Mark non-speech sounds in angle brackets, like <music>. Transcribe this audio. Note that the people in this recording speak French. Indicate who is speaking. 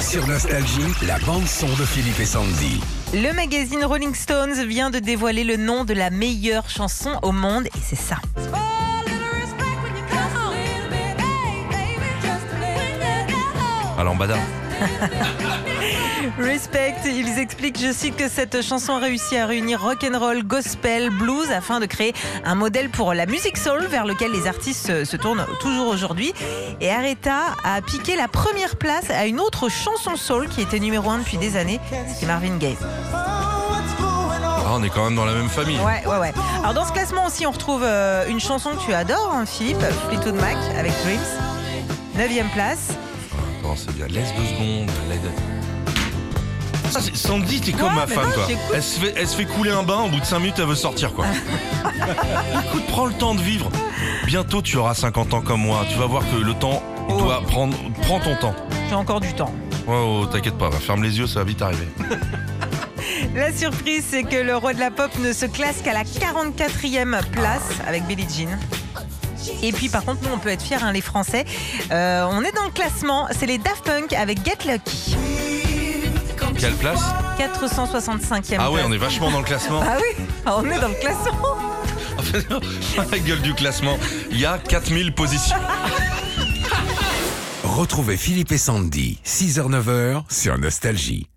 Speaker 1: Sur Nostalgie, la bande-son de Philippe et Sandy.
Speaker 2: Le magazine Rolling Stones vient de dévoiler le nom de la meilleure chanson au monde et c'est ça.
Speaker 3: Alors, Bada.
Speaker 2: Respect, ils expliquent, je cite, que cette chanson réussit à réunir rock'n'roll, gospel, blues afin de créer un modèle pour la musique soul vers lequel les artistes se- se tournent toujours aujourd'hui. Et Aretha a piqué la première place à une autre chanson soul qui était numéro 1 depuis des années, c'était Marvin Gaye.
Speaker 3: Ah, on est quand même dans la même famille.
Speaker 2: Ouais, ouais, ouais. Alors dans ce classement aussi, on retrouve euh, une chanson que tu adores, hein, Philippe, Fleetwood Mac avec Dreams. 9 place.
Speaker 3: Attends, c'est bien. Laisse deux secondes. Laisse- Ça, Ah, c'est- Sandy, t'es comme
Speaker 2: Ouais,
Speaker 3: ma
Speaker 2: mais
Speaker 3: femme,
Speaker 2: non,
Speaker 3: quoi.
Speaker 2: j'écoute.
Speaker 3: Elle se, fait, elle se fait couler un bain, au bout de 5 minutes, elle veut sortir,
Speaker 2: <laughs>
Speaker 3: quoi. Écoute, prends le temps de vivre. Bientôt, tu auras 50 ans comme moi. Tu vas voir que le temps, il
Speaker 2: Oh.
Speaker 3: doit prendre. Prends ton temps.
Speaker 2: J'ai encore du temps.
Speaker 3: Oh, oh, t'inquiète pas, va, ferme les yeux, ça va vite arriver.
Speaker 2: La surprise, c'est que le roi de la pop ne se classe qu'à la 44e place avec Billie Jean. Et puis par contre, nous, on peut être fiers, hein, les Français. Euh, on est dans le classement, c'est les Daft Punk avec Get Lucky.
Speaker 3: Quelle place
Speaker 2: 465e
Speaker 3: Ah ouais,
Speaker 2: place.
Speaker 3: on est vachement dans le classement.
Speaker 2: Ah oui, ah, on est dans le classement.
Speaker 3: la gueule du classement. Il y a 4000 positions.
Speaker 1: Retrouvez Philippe et Sandy, 6h-9h, sur Nostalgie.